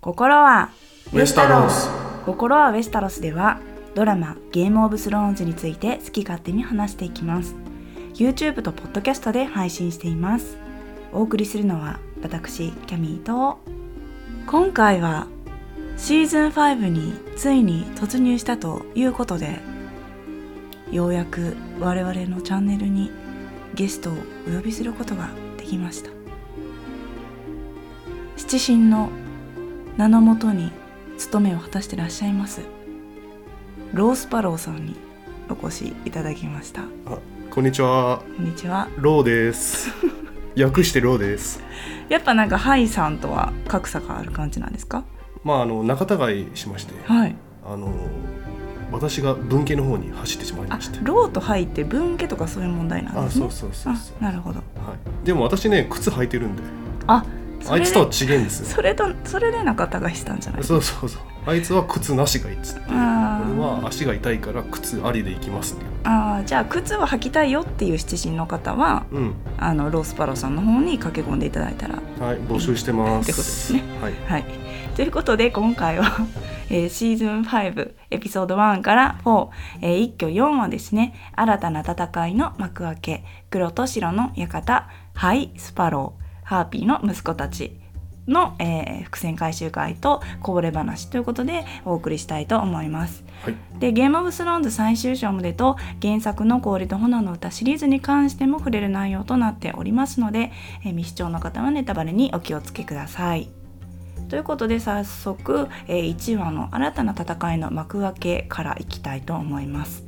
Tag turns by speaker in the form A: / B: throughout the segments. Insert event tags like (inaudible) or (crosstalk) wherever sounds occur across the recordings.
A: 心は
B: ウェスタロス
A: 心はウェスタロスではドラマゲームオブスローンズについて好き勝手に話していきます YouTube とポッドキャストで配信していますお送りするのは私キャミーと今回はシーズン5についに突入したということでようやく我々のチャンネルにゲストをお呼びすることができました七神の名のもとに務めを果たしてらっしゃいますロースパローさんにお越しいただきました
B: あこんにちは
A: こんにちは
B: ローです
A: (laughs)
B: 訳してローです
A: やっぱなんかハイさんとは格差がある感じなんですか
B: まああの仲違いしまして
A: はい
B: あの私が文系の方に走ってしまい
A: あ
B: まして
A: ローとハイって文系とかそういう問題なん
B: あ
A: です
B: そ
A: ね
B: うそうそうそう
A: あなるほど
B: はい、でも私ね靴履いてるんで
A: あ
B: あ
A: それ
B: い
A: で
B: つとは違うんですよ
A: それとそれで仲違いしたんじゃないですか
B: そうそうそうあいつは靴なしがいいっつって俺
A: あー
B: は足が痛いから靴ありで行きますって
A: あーじゃあ靴を履きたいよっていう七人の方は
B: うん
A: あのロースパロさんの方に駆け込んでいただいたら
B: はい募集してます
A: ってことですね
B: はい
A: はい、ということで今回は、 (laughs) えーシーズン5エピソード1から4、えー一挙4話ですね新たな戦いの幕開け黒と白の館ハイスパローハーピーの息子たちの、えー伏線回収会とこぼれ話ということでお送りしたいと思います。
B: はい
A: で「ゲームオブスローンズ」最終章までと原作の「氷と炎の歌」シリーズに関しても触れる内容となっておりますので、えー未視聴の方はネタバレにお気をつけください。ということで早速、えー1話の新たな戦いの幕開けからいきたいと思います。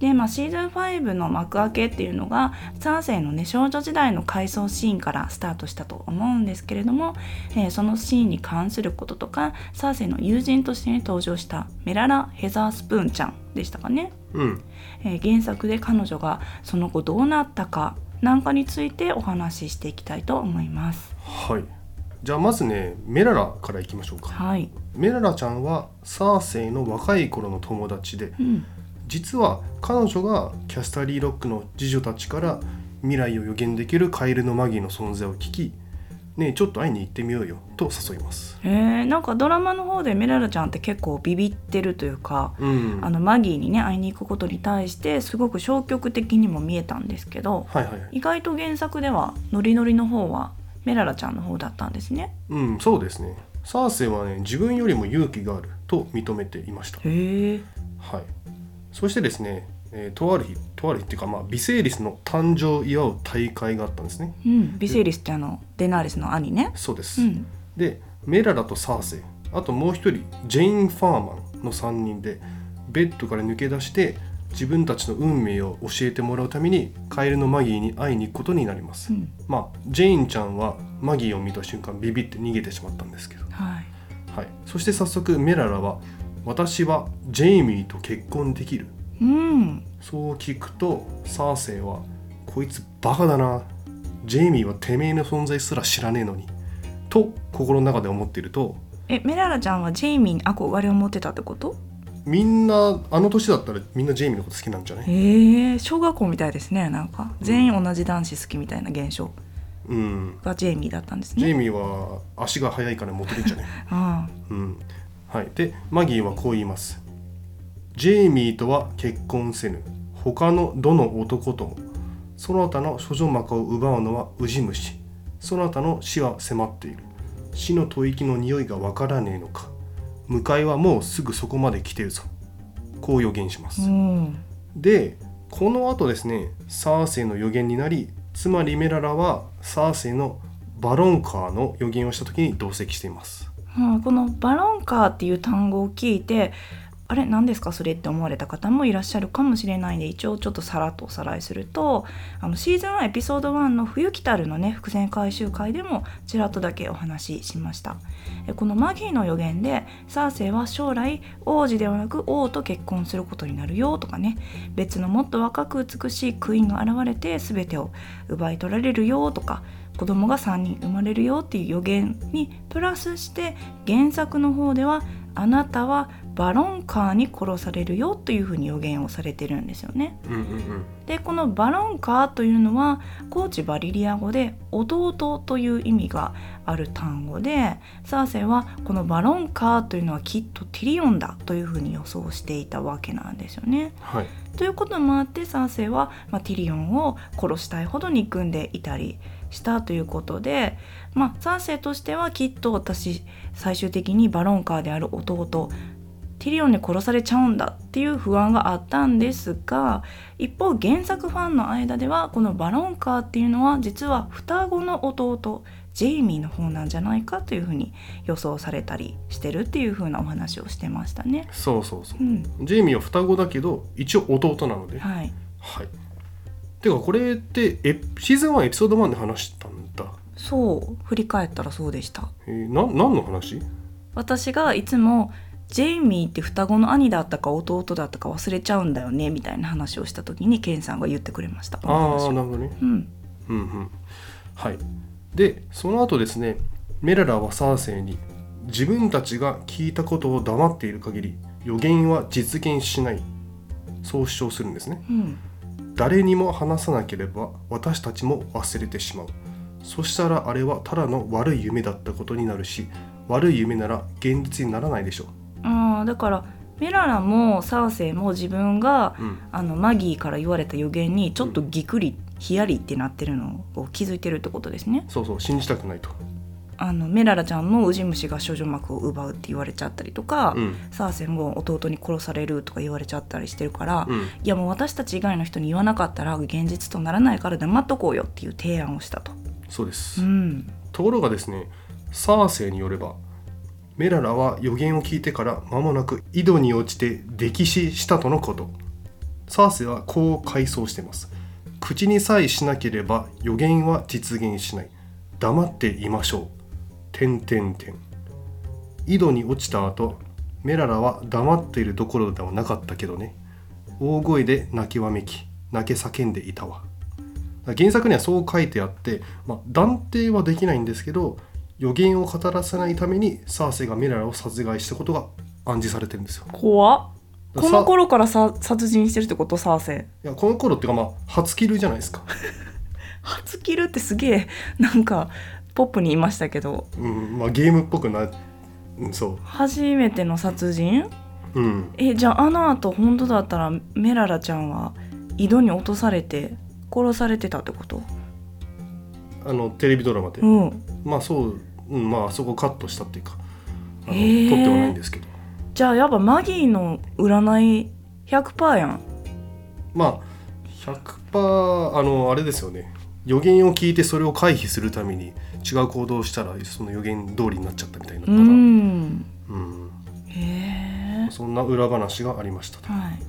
A: でまあ、シーズン5の幕開けっていうのが3世の、ね、少女時代の回想シーンからスタートしたと思うんですけれども、えーそのシーンに関することとかサーセイの友人としてね、登場したメララ・ヘザースプーンちゃんでしたかね、
B: うん
A: えー原作で彼女がその後どうなったかなんかについてお話ししていきたいと思います。
B: はいじゃあまずねメララからいきましょうか
A: はい、
B: メララちゃんはサーセイの若い頃の友達で
A: うん
B: 実は彼女がキャスタリーロックの次女たちから未来を予言できるカエルのマギーの存在を聞き「ねえちょっと会いに行ってみようよ」と誘います。
A: えー、なんかドラマの方でメララちゃんって結構ビビってるというか、
B: うん、
A: あのマギーにね会いに行くことに対してすごく消極的にも見えたんですけど
B: はいはいはい、
A: 意外と原作ではノリノリの方はメララちゃんの方だったんですね。
B: うん、そうですねサーセイはね自分よりも勇気があると認めていました、
A: へえ。
B: はい、そしてですね、えーとある日とある日っていうか、まあ、ビセイリスの誕生を祝う大会があったんですね
A: うん、ビセイリスってあのデナーレスの兄ね。
B: そうです、
A: うん。
B: でメララとサーセイあともう一人ジェイン・ファーマンの3人でベッドから抜け出して自分たちの運命を教えてもらうためにカエルのマギーに会いに行くことになります、
A: うん
B: まあジェインちゃんはマギーを見た瞬間ビビって逃げてしまったんですけど、
A: はい。
B: はい、そして早速メララは「私はジェイミーと結婚できる
A: うん。」
B: そう聞くとサーセイは「こいつバカだなジェイミーはてめえの存在すら知らねえのに」と心の中で思っていると
A: え、メララちゃんはジェイミーに憧れを持ってたってこと？
B: みんなあの年だったらみんなジェイミーのこと好きなんじゃない
A: へえ。小学校みたいですね。なんか全員同じ男子好きみたいな現象
B: うん
A: がジェイミーだったんです
B: ジェイ
A: ね。
B: ミーは足が速いからモテるんじゃない
A: ああ。
B: うんはいでマギーはこう言いますジェイミーとは結婚せぬ他のどの男ともその他の諸女膜を奪うのはウジ虫その他の死は迫っている死の吐息の匂いがわからねえのか迎えはもうすぐそこまで来てるぞこう予言します、
A: うん。
B: でこの後ですねサーセイの予言になりつまりメララはサーセイのバロンカーの予言をした時に同席しています
A: うん、このバロンカーっていう単語を聞いてあれ何ですかそれって思われた方もいらっしゃるかもしれないんで一応ちょっとさらっとおさらいするとあのシーズン1エピソード1の「冬来たる」のね伏線回収会でもちらっとだけお話ししましたえこのマギーの予言でサーセイは将来王子ではなく王と結婚することになるよとかね別のもっと若く美しいクイーンが現れて全てを奪い取られるよとか子供が3人生まれるよっていう予言にプラスして原作の方ではあなたはバロンカーに殺されるよというふうに予言をされてるんですよね。
B: うんうん
A: でこのバロンカーというのは高知バリリア語で弟という意味がある単語でサーセはこのバロンカーというのはきっとティリオンだというふうに予想していたわけなんですよね。
B: はい
A: ということもあってサーセイは、まあ、ティリオンを殺したいほど憎んでいたりしたということで、まあ、サーセイとしてはきっと私最終的にバロンカーである弟ティリオンに殺されちゃうんだっていう不安があったんですが一方原作ファンの間ではこのバロンカーっていうのは実は双子の弟ジェイミーの方なんじゃないかというふうに予想されたりしてるっていうふうなお話をしてましたね。
B: そうそうそう
A: う、ん、
B: ジェイミーは双子だけど一応弟なので
A: はい
B: はいてかこれってエシーズン1エピソード1で話したんだ
A: そう振り返ったらそうでした
B: えー、な何の話
A: 私がいつもジェイミーって双子の兄だったか弟だったか忘れちゃうんだよねみたいな話をした時にケンさんが言ってくれましたこの
B: あ
A: 話
B: あ
A: を
B: なるほどね
A: うん
B: うんうんはいでその後ですねメララはサーセイに自分たちが聞いたことを黙っている限り予言は実現しないそう主張するんですね
A: うん
B: 誰にも話さなければ私たちも忘れてしまうそしたらあれはただの悪い夢だったことになるし悪い夢なら現実にならないでしょ
A: あーだからメララもサーセイも自分が
B: う、うん、
A: あのマギーから言われた予言にちょっとぎくり、ヒヤリってなってるのを気づいてるってことですね
B: そうそう信じたくないと、
A: あのメララちゃんもウジ虫が少女膜を奪うって言われちゃったりとか、
B: うん
A: サーセイも弟に殺されるとか言われちゃったりしてるから、
B: うん、
A: いやもう私たち以外の人に言わなかったら現実とならないから黙っとこうよっていう提案をしたと。
B: そうです、
A: うん、
B: ところがですねサーセイによればメララは予言を聞いてから間もなく井戸に落ちて溺死したとのことサーセイはこう回想してます口にさえしなければ予言は実現しない黙っていましょう点点点井戸に落ちた後メララは黙っているどころではなかったけどね大声で泣きわめき泣け叫んでいたわ原作にはそう書いてあって、まあ、断定はできないんですけど予言を語らせないためにサーセイがメララを殺害したことが暗示されてるんですよ。
A: 怖っ
B: さ
A: この頃からさ殺人してるってことサーセン
B: いやこの頃っていうかまあ初キルじゃないですか。
A: 初キルってすげえなんかポップにいましたけど
B: うんまあ、ゲームっぽくなうんそ
A: 初めての殺人
B: う、うん、
A: えじゃああの後本当だったらメララちゃんは井戸に落とされて殺されてたってこと
B: あのテレビドラマで、
A: うん
B: まあそう、うん、まああそこカットしたっていうかあの、
A: へー
B: 撮ってはないんですけど
A: じゃあやっぱマギーの占い100%やん
B: まあ100%あのあれですよね予言を聞いてそれを回避するために違う行動をしたらその予言通りになっちゃったみたいなパ
A: う
B: ターン
A: ん
B: うん
A: へえ
B: そんな裏話がありましたと
A: はい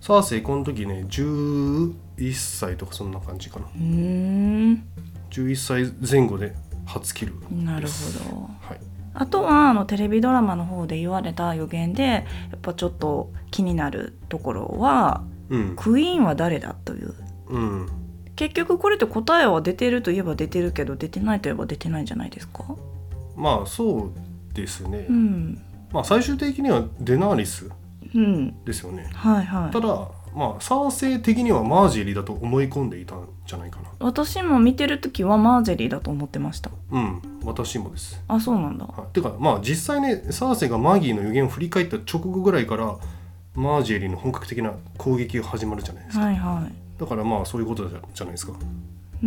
B: サーセイこの時ね11歳とかそんな感じかな
A: うーん
B: 11歳前後で初キル
A: なるほど
B: はい
A: あとはあのテレビドラマの方で言われた予言でやっぱちょっと気になるところは
B: うん
A: クイーンは誰だという
B: うん
A: 結局これって答えは出てるといえば出てるけど出てないといえば出てないんじゃないですか
B: まあそうですね、
A: うん
B: まあ最終的にはデナーリス
A: うん
B: ですよね
A: はいは
B: た
A: い
B: だまあサーセイ的にはマージェリーだと思い込んでいたんじゃないかな
A: 私も見てる時はマーゼリーだと思ってました
B: うん私もです
A: あそうなんだ
B: はいてかまあ実際ねサーセイがマギーの予言を振り返った直後ぐらいからマージェリーの本格的な攻撃が始まるじゃないですか、
A: はいは
B: だからまあそういうことじゃじゃないですか
A: い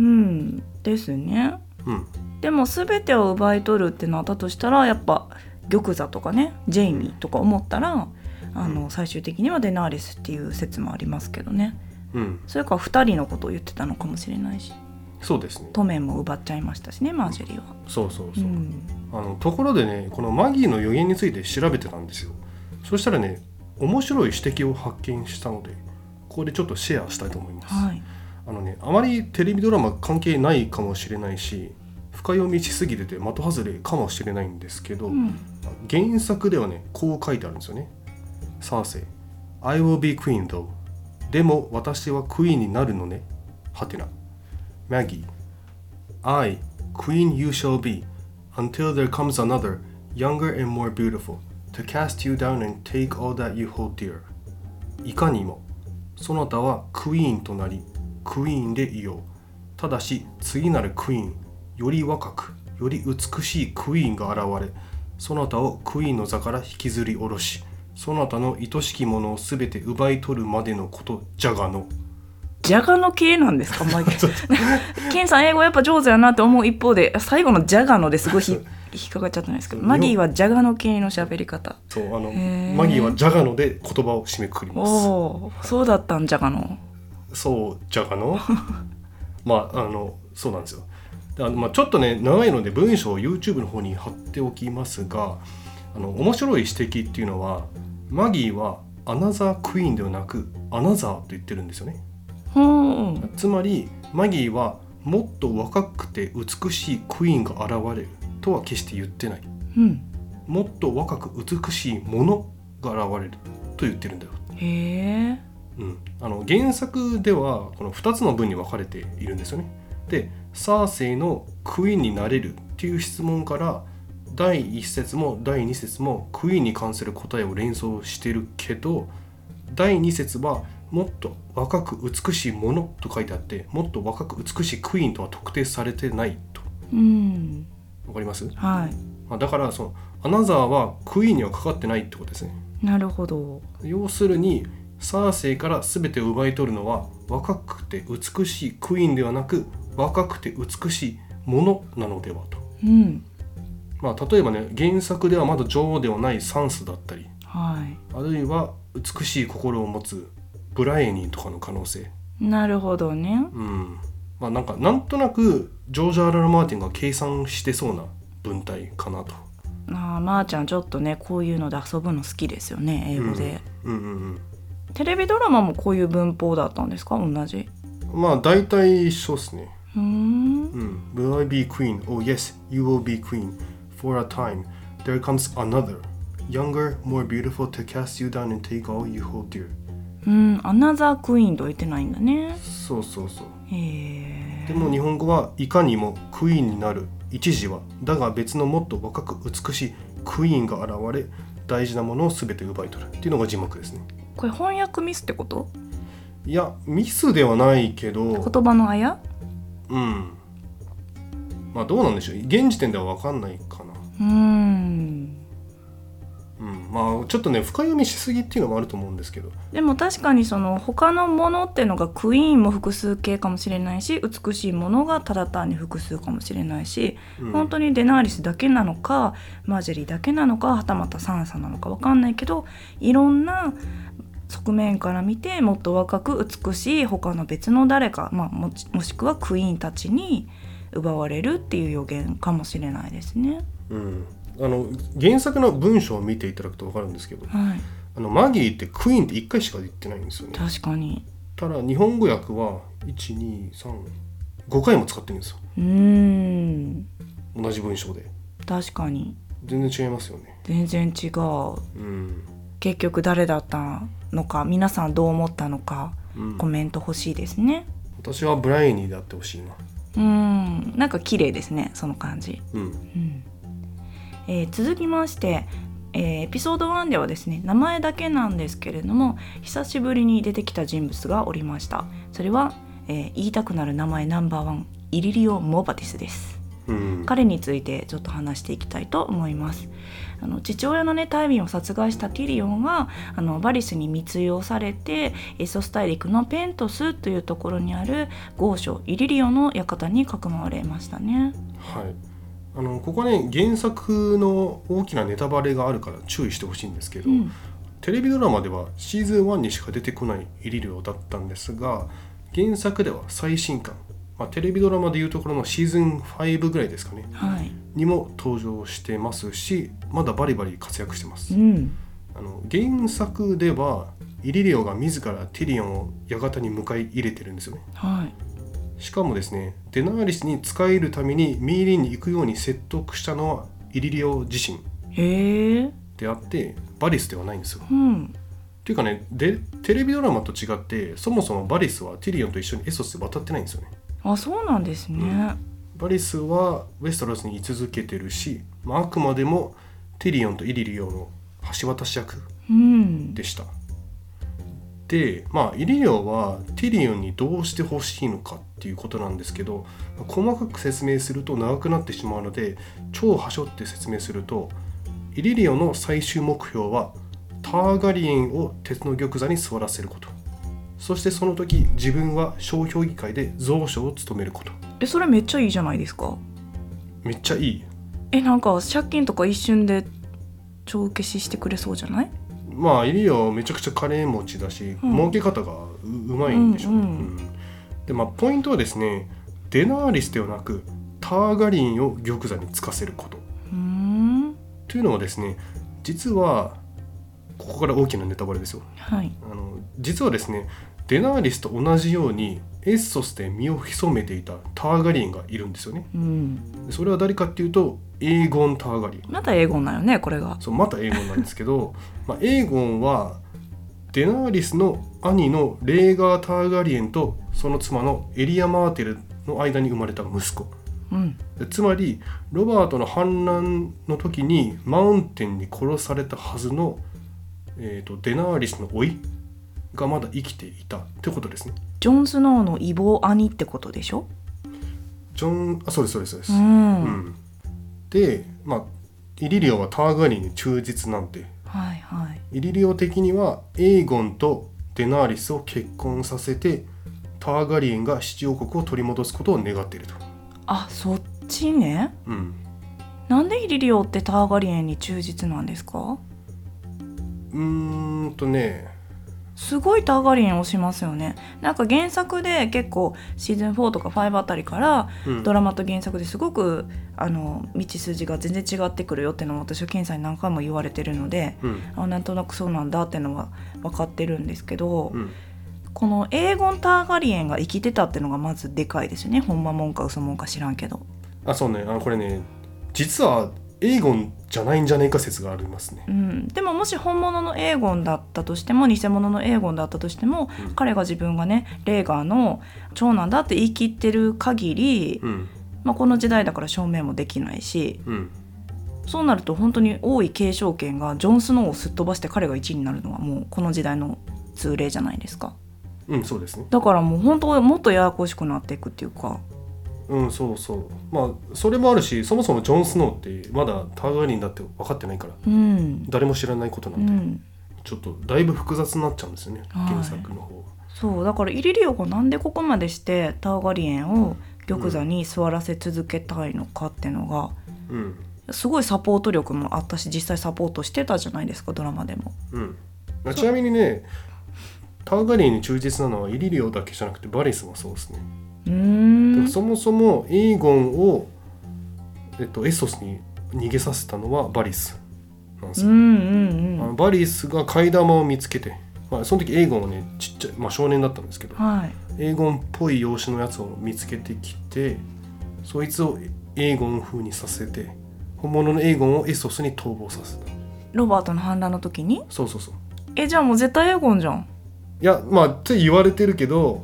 A: うんですね
B: うん
A: でも全てを奪い取るってなったとしたらやっぱ玉座とかねジェイミーとか思ったらあ
B: う
A: の最終的にはデナーリスっていう説もありますけどね
B: うん
A: それから2人のことを言ってたのかもしれないし
B: そうですね
A: トメも奪っちゃいましたしねマージェリーは。
B: そうそ
A: う
B: うそう、
A: ん
B: あのところでねこのマギーの予言について調べてたんですよそしたらね面白い指摘を発見したのでここでちょっとシェアしたいと思います、
A: はい、
B: あのねあまりテレビドラマ関係ないかもしれないし深読みしすぎてて的外れかもしれないんですけど、
A: うん
B: 原作ではねこう書いてあるんですよねサーセイ I will be queen though でも私はクイーンになるのねはてなマギー I queen you shall be until there comes another younger and more beautiful to cast you down and take all that you hold dear いかにもそなたはクイーンとなりクイーンでいようただし次なるクイーンより若くより美しいクイーンが現れそなたをクイーンの座から引きずり下ろしそなたの愛しきものをすべて奪い取るまでのことじゃがの
A: じゃがの系なん (laughs) ですか毎回ケンさん英語やっぱ上手やなって思う一方で最後のじゃがのですごいひ (laughs) 引っかかっちゃったんですけどマギーはじゃがの系の喋り方
B: そうあの
A: へー
B: マギーはじゃがので言葉を締めくくり
A: お
B: ます
A: おーそうだったんじゃがの
B: そうじゃがの (laughs) まああのそうなんですよであの、まあ、ちょっとね長いので文章を YouTube の方に貼っておきますがあの面白い指摘っていうのはマギーはアナザークイーンではなくアナザーと言ってるんですよね
A: ほーん
B: つまりマギーはもっと若くて美しいクイーンが現れるとは決して言ってない
A: うん
B: もっと若く美しいものが現れると言ってるんだよ、
A: へえ
B: うん、あの原作ではこの2つの文に分かれているんですよねでサーセイのクイーンになれるっていう質問から第1節も第2節もクイーンに関する答えを連想してるけど第2節はもっと若く美しいものと書いてあってもっと若く美しいクイーンとは特定されてないと
A: うん
B: 分かります、
A: は
B: まあ、だからそのアナザーはクイーンにはかかってないってことですね
A: いなるほど
B: 要するにサーセイから全てを奪い取るのは若くて美しいクイーンではなく若くて美しいものなのではと、
A: うん
B: まあ、例えばね原作ではまだ女王ではないサンスだったり
A: は
B: あるいは美しい心を持つブラエニーとかの可能性
A: いなるほどね
B: うんまあなんかなんとなくジョージ・アラル・マーティンが計算してそうな文体かなと。
A: ああまー、ちゃんちょっとねこういうので遊ぶの好きですよね英語で、
B: うんうんうん
A: テレビドラマもこういう文法だったんですか同じ
B: まあ大体一緒ですね。
A: うーん
B: うん、Will I be queen? Oh yes, you will be queen. For a time, there comes another, younger, more beautiful to cast you down and take all you hold dear.
A: うんアナザークイーンとは言ってないんだね
B: そうそうそう。
A: へえ
B: でも日本語はいかにもクイーンになる一時は、だが別のもっと若く美しいクイーンが現れ、大事なものを全て奪い取るっていうのが字幕ですね。
A: これ翻訳ミスってこと
B: いや、ミスではないけ
A: 言
B: ど、
A: 葉のあや
B: うん。まあどうなんでしょう。現時点では分かんないかな。
A: うーん
B: うん、まあちょっとね深読みしすぎっていうのもあると思うんですけど
A: でも確かにその他のものってのがクイーンも複数形かもしれないし美しいものがただ単に複数かもしれないし、
B: うん
A: 本当にデナーリスだけなのかマージェリーだけなのかはたまたサンサなのかわかんないけどいろんな側面から見てもっと若く美しい他の別の誰か、まあ、もちもしくはクイーンたちに奪われるっていう予言かもしれないですね。
B: うん、あの原作の文章を見ていただくと分かるんですけど
A: はい、
B: あのマギーってクイーンって1回しか言ってないんですよね
A: 確かに
B: ただ日本語訳は1235回も使ってるんですよ
A: うーん
B: 同じ文章で
A: 確かに
B: 全然違いますよね
A: 全然違う
B: うん、
A: 結局誰だったのか皆さんどう思ったのか
B: うん
A: コ、メント欲しいですね。
B: 私はブライニーであってほしいな
A: うんなんか綺麗ですねその感じ。
B: うん
A: うんえー続きまして、えーエピソード1ではですね名前だけなんですけれども久しぶりに出てきた人物がおりましたそれは、えー言いたくなる名前ナンバーワンイリリオ・モバティスです
B: うん
A: 彼についてちょっと話していきたいと思いますあの父親のねタイビンを殺害したティリオンはあのバリスに密輸をされてエソス大陸のペントスというところにある豪商イリリオの館にかくまわれましたね
B: はいあのここね原作の大きなネタバレがあるから注意してほしいんですけど、
A: うん
B: テレビドラマではシーズン1にしか出てこないイリリオだったんですが原作では最新刊、まあ、テレビドラマでいうところのシーズン5ぐらいですかね
A: はい
B: にも登場してますしまだバリバリ活躍してます
A: うん
B: あの原作ではイリリオが自らティリオンを館に迎え入れてるんですよね
A: はい。
B: しかもですねデナーリスに仕えるためにミーリンに行くように説得したのはイリリオ自身
A: へえ。
B: であってバリスではないんですよ
A: うん。
B: っていうかねでテレビドラマと違ってそもそもバリスはティリオンと一緒にエソスで渡ってないんですよね
A: あ、そうなんですね。
B: バリスはウェストロスに居続けてるし、まあ、あくまでもティリオンとイリリオの橋渡し役
A: うん。
B: でしたでまあイリオはティリオンにどうして欲しいのかっていうことなんですけどまあ細かく説明すると長くなってしまうので超端折って説明するとイリリオの最終目標はターガリエンを鉄の玉座に座らせることそしてその時自分は商標議会で蔵書を務めること
A: えそれめっちゃいいじゃないですか
B: めっちゃいい
A: えなんか借金とか一瞬で帳消ししてくれそうじゃない
B: まあイリオめちゃくちゃ金持ちだし、
A: うん
B: 儲け方がううまいんでしょうね、
A: うんうん
B: うんでまあポイントはですねデナーリスではなくターガリンを玉座につかせること
A: うーん
B: というのはですね実はここから大きなネタバレですよ
A: はい
B: あの実はですねデナーリスと同じようにエッソスで身を潜めていたターガリンがいるんですよね
A: うん
B: でそれは誰かっていうとエーゴン・ターガリン
A: また英語なんよねこれが
B: そうまたエーゴンなんですけど、 (laughs) まあ、エーゴンはデナーリスの兄のレーガー・ターガリエンとその妻のエリア・マーテルの間に生まれた息子
A: うん
B: でつまりロバートの反乱の時にマウンテンに殺されたはずの、えー、とデナーリスの甥がまだ生きていたってことですね
A: ジョン・スノーの異謀兄ってことでしょ
B: ジョンあそうですそうですそうです
A: う、ん、
B: うんでまあイリリオはターガリエンに忠実なんて
A: はいはい
B: イリリオ的にはエーゴンとデナーリスを結婚させてターガリエンが七王国を取り戻すことを願っていると、
A: あそっちね
B: うん、
A: なんでイリリオってターガリエンに忠実なんですか
B: うーんとね
A: すごいターガリエンをしますよねなんか原作で結構シーズン4とか5あたりから
B: うん
A: ドラマと原作ですごくあの道筋が全然違ってくるよっていうのも私は検査に何回も言われてるので
B: うん
A: あなんとなくそうなんだってのは分かってるんですけど、
B: うん
A: このエーゴン・ターガリエンが生きてたってのがまずでかいですよねほんまもんか嘘もんか知らんけど
B: あそうねあのこれね実はエーゴンじゃないんじゃないか説がありますね
A: うん、でももし本物のエーゴンだったとしても偽物のエーゴンだったとしても、
B: うん
A: 彼が自分がねレーガーの長男だって言い切ってる限り、
B: うん
A: まあ、この時代だから証明もできないし
B: うん
A: そうなると本当に王位継承権がジョン・スノーをすっ飛ばして彼が1位になるのはもうこの時代の通例じゃないですか
B: うんそうですね
A: だからもう本当もっとややこしくなっていくっていうか
B: うんそうそうまあそれもあるしそもそもジョン・スノーってまだターガリエンだって分かってないから
A: うん、
B: 誰も知らないことな
A: うん
B: で、
A: ん、
B: ちょっとだいぶ複雑になっちゃうんですよね
A: はい
B: 原作の方は
A: そうだからイリリオがなんでここまでしてターガリエンを玉座に座らせ続けたいのかってのが、
B: うん
A: すごいサポート力もあったし実際サポートしてたじゃないですかドラマでも
B: うん、あちなみにねターガリエンに忠実なのはイリリオだけじゃなくてバリスもそうですね、
A: うーん
B: そもそもエーゴンを、えっと、エッソスに逃げさせたのはバリスなんです
A: うん
B: よ、
A: うんう
B: あの
A: ん
B: バリスが替え玉を見つけて、まあ、その時エーゴンはねちっちゃい、まあ、少年だったんですけど
A: はい
B: エーゴンっぽい容姿のやつを見つけてきてそいつをエーゴン風にさせて本物のエーゴンをエッソスに逃亡させた
A: ロバートの反乱の時に
B: そうそうそう
A: えじゃあもう絶対エーゴンじゃん
B: いやまあって言われてるけど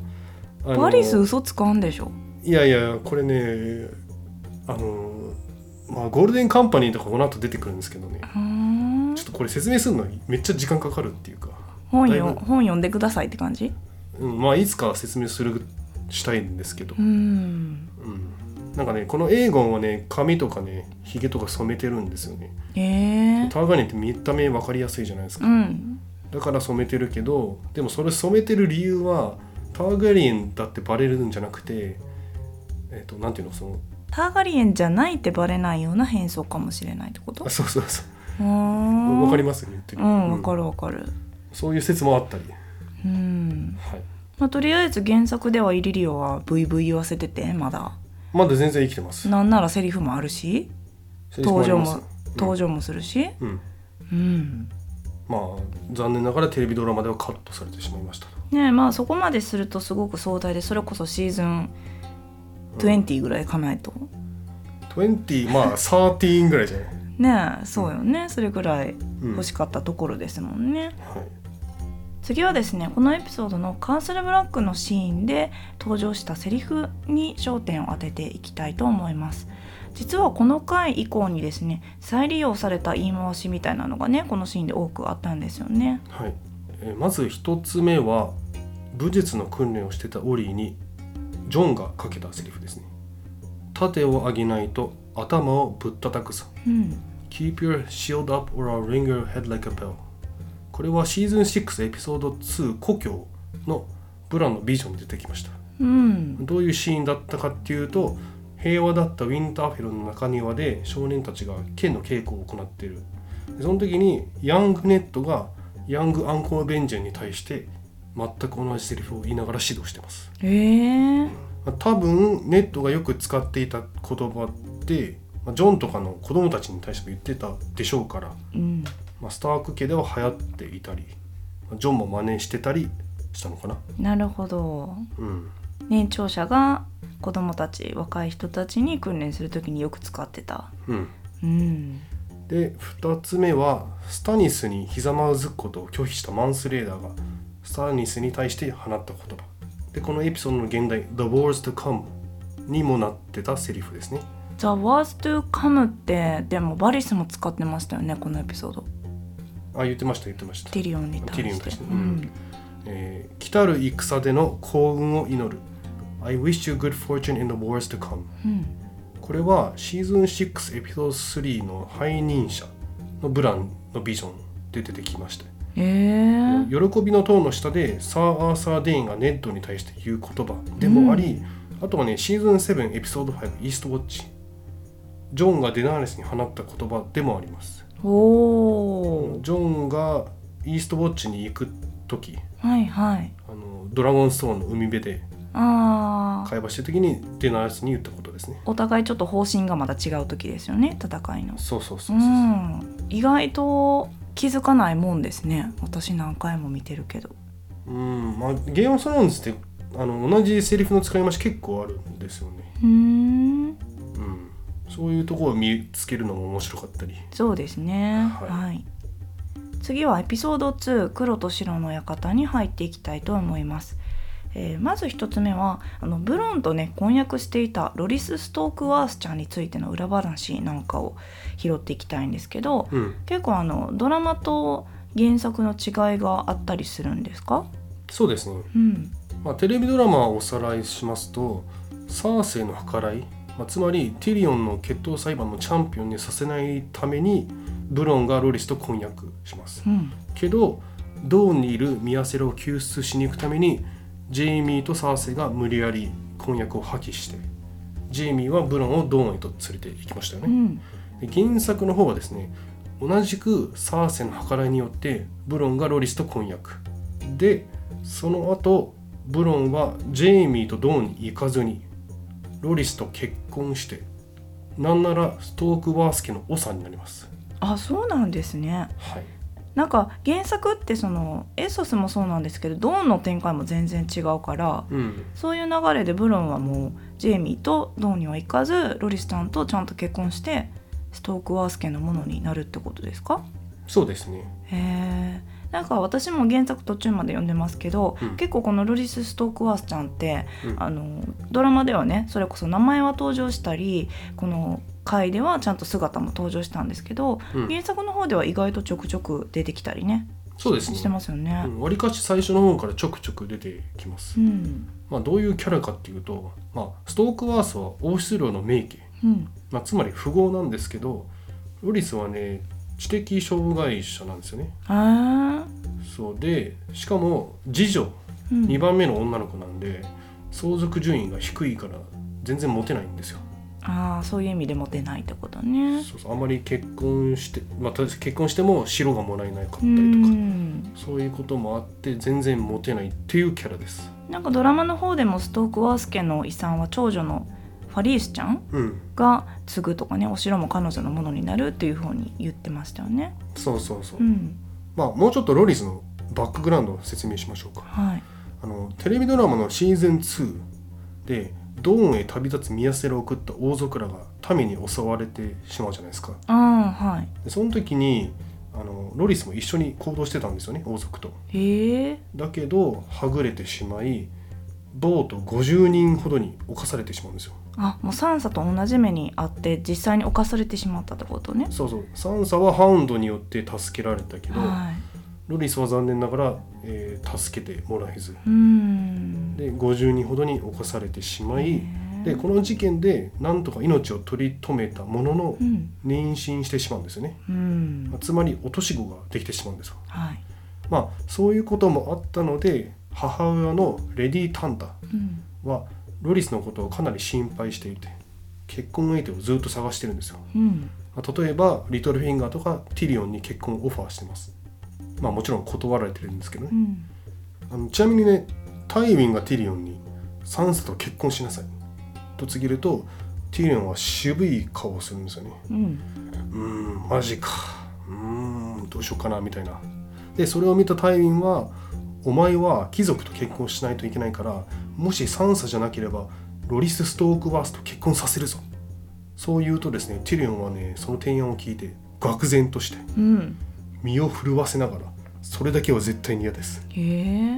B: あの
A: バリス嘘つかんでしょ
B: いやいやこれねあのまあゴールデンカンパニーとかこの後出てくるんですけどね
A: うーん
B: ちょっとこれ説明するのにめっちゃ時間かかるっていうか、
A: 本
B: だ
A: よ
B: いぶ
A: 本読んでくださいって感じ
B: うん、まあいつか説明するしたいんですけど
A: う、ん
B: うん、なんかねこのエーゴンはね髪とかねひげとか染めてるんですよね
A: ええ
B: ターガニンって見た目分かりやすいじゃないです
A: う
B: か
A: ん
B: だから染めてるけどでもそれ染めてる理由はターガリエンだってバレるんじゃなくてえっ、となんていうのその
A: ターガリエンじゃないってバレないような変装かもしれないってこと
B: あそうそうそうわ
A: わ
B: かりますよね言ってる。
A: うんわかるわかる
B: そういう説もあったり。
A: うん、
B: はい。
A: まあ、とりあえず原作ではイリリオはブイブイ言わせててまだ
B: まだ全然生きてます。
A: なんならセリフもあるし登場も登
B: 場。
A: 場もするし
B: うん。うん
A: うん、
B: まあ残念ながらテレビドラマではカットされてしまいました。
A: ねえまあそこまでするとすごく壮大でそれこそシーズン20ぐらいいかないと、
B: 20ま
A: (laughs)
B: あ13ぐらいじゃない。
A: ねえそうよねそれぐらい
B: うん
A: 欲しかったところですもんね、
B: はい。
A: 次はですねこのエピソードのカーソルブラックのシーンで登場したセリフに焦点を当てていきたいと思います実はこの回以降にですね再利用された言い回しみたいなのがねこのシーンで多くあったんですよね
B: はい。えーまず一つ目は武術の訓練をしてたオリーにジョンがかけたセリフですね盾を上げないと頭をぶったたくさ
A: うん、
B: Keep your shield up or I'll ring your head like a bell これはシーズン6エピソード2故郷のブランのビジョンに出てきました
A: うん、
B: どういうシーンだったかっていうと平和だったウィンターフェルの中庭で少年たちが剣の稽古を行っているでその時にヤングネットがヤングアンコールベンジェンに対して全く同じセリフを言いながら指導してます
A: えー、
B: まあ多分ネットがよく使っていた言葉ってまあジョンとかの子供たちに対しても言ってたでしょうから、
A: うん、
B: まあ、スターク家では流行っていたりまあジョンも真似してたりしたのかな
A: なるほど。
B: うん
A: 年長者が子供たち、若い人たちに訓練するときによく使ってた。
B: うん
A: うん、
B: で2つ目はスタニスにひざまずくことを拒否したマンスレーダーがスタニスに対して放った言葉でこのエピソードの現代「The Wars to Come」にもなってたセリフですね
A: The worst to come ってでもバリスも使ってましたよねこのエピソード。
B: あ言ってました言ってました
A: ティリオンに対
B: ティリオン
A: し
B: に対
A: て。
B: して
A: うん、
B: えー来たる戦での幸運を祈る I wish you good fortune in the wars to come
A: うん、
B: これはシーズン6エピソード3の背任者のブランのビジョンで出てきました
A: えー、
B: 喜びの塔の下でサー・アーサー・デインがネッドに対して言う言葉でもあり、あとはねシーズン7エピソード5イーストウォッチジョンがデナーレスに放った言葉でもあります
A: おー
B: ジョンがイーストウォッチに行く時
A: はいはい。
B: あのドラゴンストーンの海辺で
A: ああ、
B: 会話してる時にデナーレスに言ったことですね
A: お互いちょっと方針がまた違う時ですよね戦いの。
B: そうそうそううそう、
A: ん、意外と気づかないもんですね私何回も見てるけど
B: うんまあ、ゲームオブスローンズってあの同じセリフの使い回し結構あるんですよね、
A: うーん
B: うん、そういうところを見つけるのも面白かったり
A: そうですね
B: は
A: はいい、次はエピソード2黒と白の館に入っていきたいと思います、えーまず一つ目はあのブロンとね婚約していたロリス・ストークワースちゃんについての裏話なんかを拾っていきたいんですけど
B: うん
A: 結構あのドラマと原作の違いがあったりするんですか
B: そうですね、
A: うん
B: まあ、テレビドラマをおさらいしますとサーセイの計らい、まあ、つまりティリオンの決闘裁判のチャンピオンにさせないためにブロンがロリスと婚約します
A: うん
B: けどドーンにいるミアセラを救出しに行くためにジェイミーとサーセイが無理やり婚約を破棄してジェイミーはブロンをドーンへと連れて行きましたよ
A: う
B: ね、
A: ん
B: で原作の方はですね同じくサーセの計らいによってブロンがロリスと婚約でその後ブロンはジェイミーとドーンに行かずにロリスと結婚してなんならストークワース家の長になります
A: あそうなんですね
B: はい
A: なんか原作ってそのエソスもそうなんですけどドーンの展開も全然違うから
B: うん
A: そういう流れでブロンはもうジェイミーとドーンには行かずロリスさんとちゃんと結婚してストークワース家のものになるってことですか
B: そうですね
A: へえなんか私も原作途中まで読んでますけど、
B: うん
A: 結構このロリス・ストークワースちゃんって、
B: うん
A: あのドラマではねそれこそ名前は登場したりこの回ではちゃんと姿も登場したんですけど、
B: うん
A: 原作の方では意外とちょくちょく出てきたりね
B: そうです
A: して
B: ね
A: ますよね。
B: うんわり、かし最初の方からちょくちょく出てきます、
A: うん
B: まあ、どういうキャラかっていうと、まあ、ストークワースは王室領の名家
A: うん
B: まあ、つまり富豪なんですけどロリスはね知的障害者なんですよね
A: あ
B: そうでしかも次女
A: ーうん
B: 2番目の女の子なんで相続順位が低いから全然モテないんですよ
A: あーそういう意味でモテないってことね。
B: そうそうあまり結婚して、まあ、とりあえず結婚しても白がもらえなかった
A: う
B: りとか
A: ん
B: そういうこともあって全然モテないっていうキャラです
A: なんかドラマの方でもストークワース家の遺産は長女のファリースちゃん
B: うん
A: が継ぐとかねお城も彼女のものになるっていう風に言ってましたよね。
B: そうそうそう、
A: うん
B: まあもうちょっとロリスのバックグラウンドを説明しましょうか
A: はい、
B: あのテレビドラマのシーズン2でドーンへ旅立つ宮瀬を送った王族らが民に襲われてしまうじゃないですか
A: あーはい
B: でその時にあのロリスも一緒に行動してたんですよね王族と
A: へえ
B: だけどはぐれてしまいボート50人ほどに侵されてしまうんですよ
A: あもうサンサと同じ目にあって実際に侵されてしまったってことね。
B: そうそうサンサはハウンドによって助けられたけど
A: は
B: ロリスは残念ながら、えー助けてもらえず
A: うん
B: で50人ほどに侵されてしまいでこの事件でなんとか命を取り留めたものの
A: うん
B: 妊娠してしまうんですよね
A: うん
B: つまり落とし子ができてしまうんですよ
A: はい
B: まあそういうこともあったので母親のレディ・タンタ
A: うん
B: はロリスのことをかなり心配していて結婚相手をずっと探してるんですよ
A: うん
B: まあ例えばリトルフィンガーとかティリオンに結婚をオファーしてますまあもちろん断られてるんですけどね
A: うん
B: あのちなみにねタイウィンがティリオンにサンサと結婚しなさいと告げるとティリオンは渋い顔をするんですよね
A: うん
B: うーんマジかうーんどうしようかなみたいなでそれを見たタイウィンはお前は貴族と結婚しないといけないからもしサンサじゃなければロリス・ストークワースと結婚させるぞそう言うとですねティリオンはねその提案を聞いて愕然として
A: うん
B: 身を震わせながらそれだけは絶対に嫌です
A: へ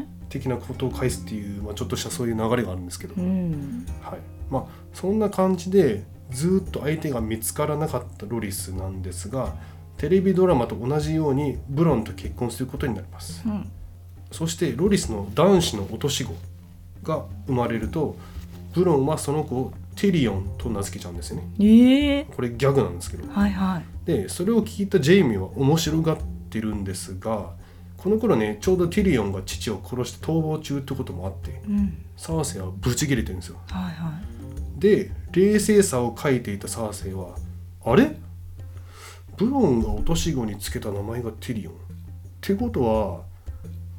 A: え
B: 的なことを返すっていう、まあ、ちょっとしたそういう流れがあるんですけど、
A: うん
B: はいまあ、そんな感じでずっと相手が見つからなかったロリスなんですがテレビドラマと同じようにブロンと結婚することになります
A: うん
B: そしてロリスの男子の落とし子が生まれるとブロンはその子をテリオンと名付けちゃうんですよね
A: ええ
B: これギャグなんですけど
A: はいはい
B: でそれを聞いたジェイミーは面白がってるんですがこの頃ねちょうどテリオンが父を殺して逃亡中ってこともあって
A: うん
B: サーセイはブチ切れてるんですよ
A: はいは
B: で冷静さを書いていたサーセイはあれブロンが落とし子につけた名前がティリオンってことは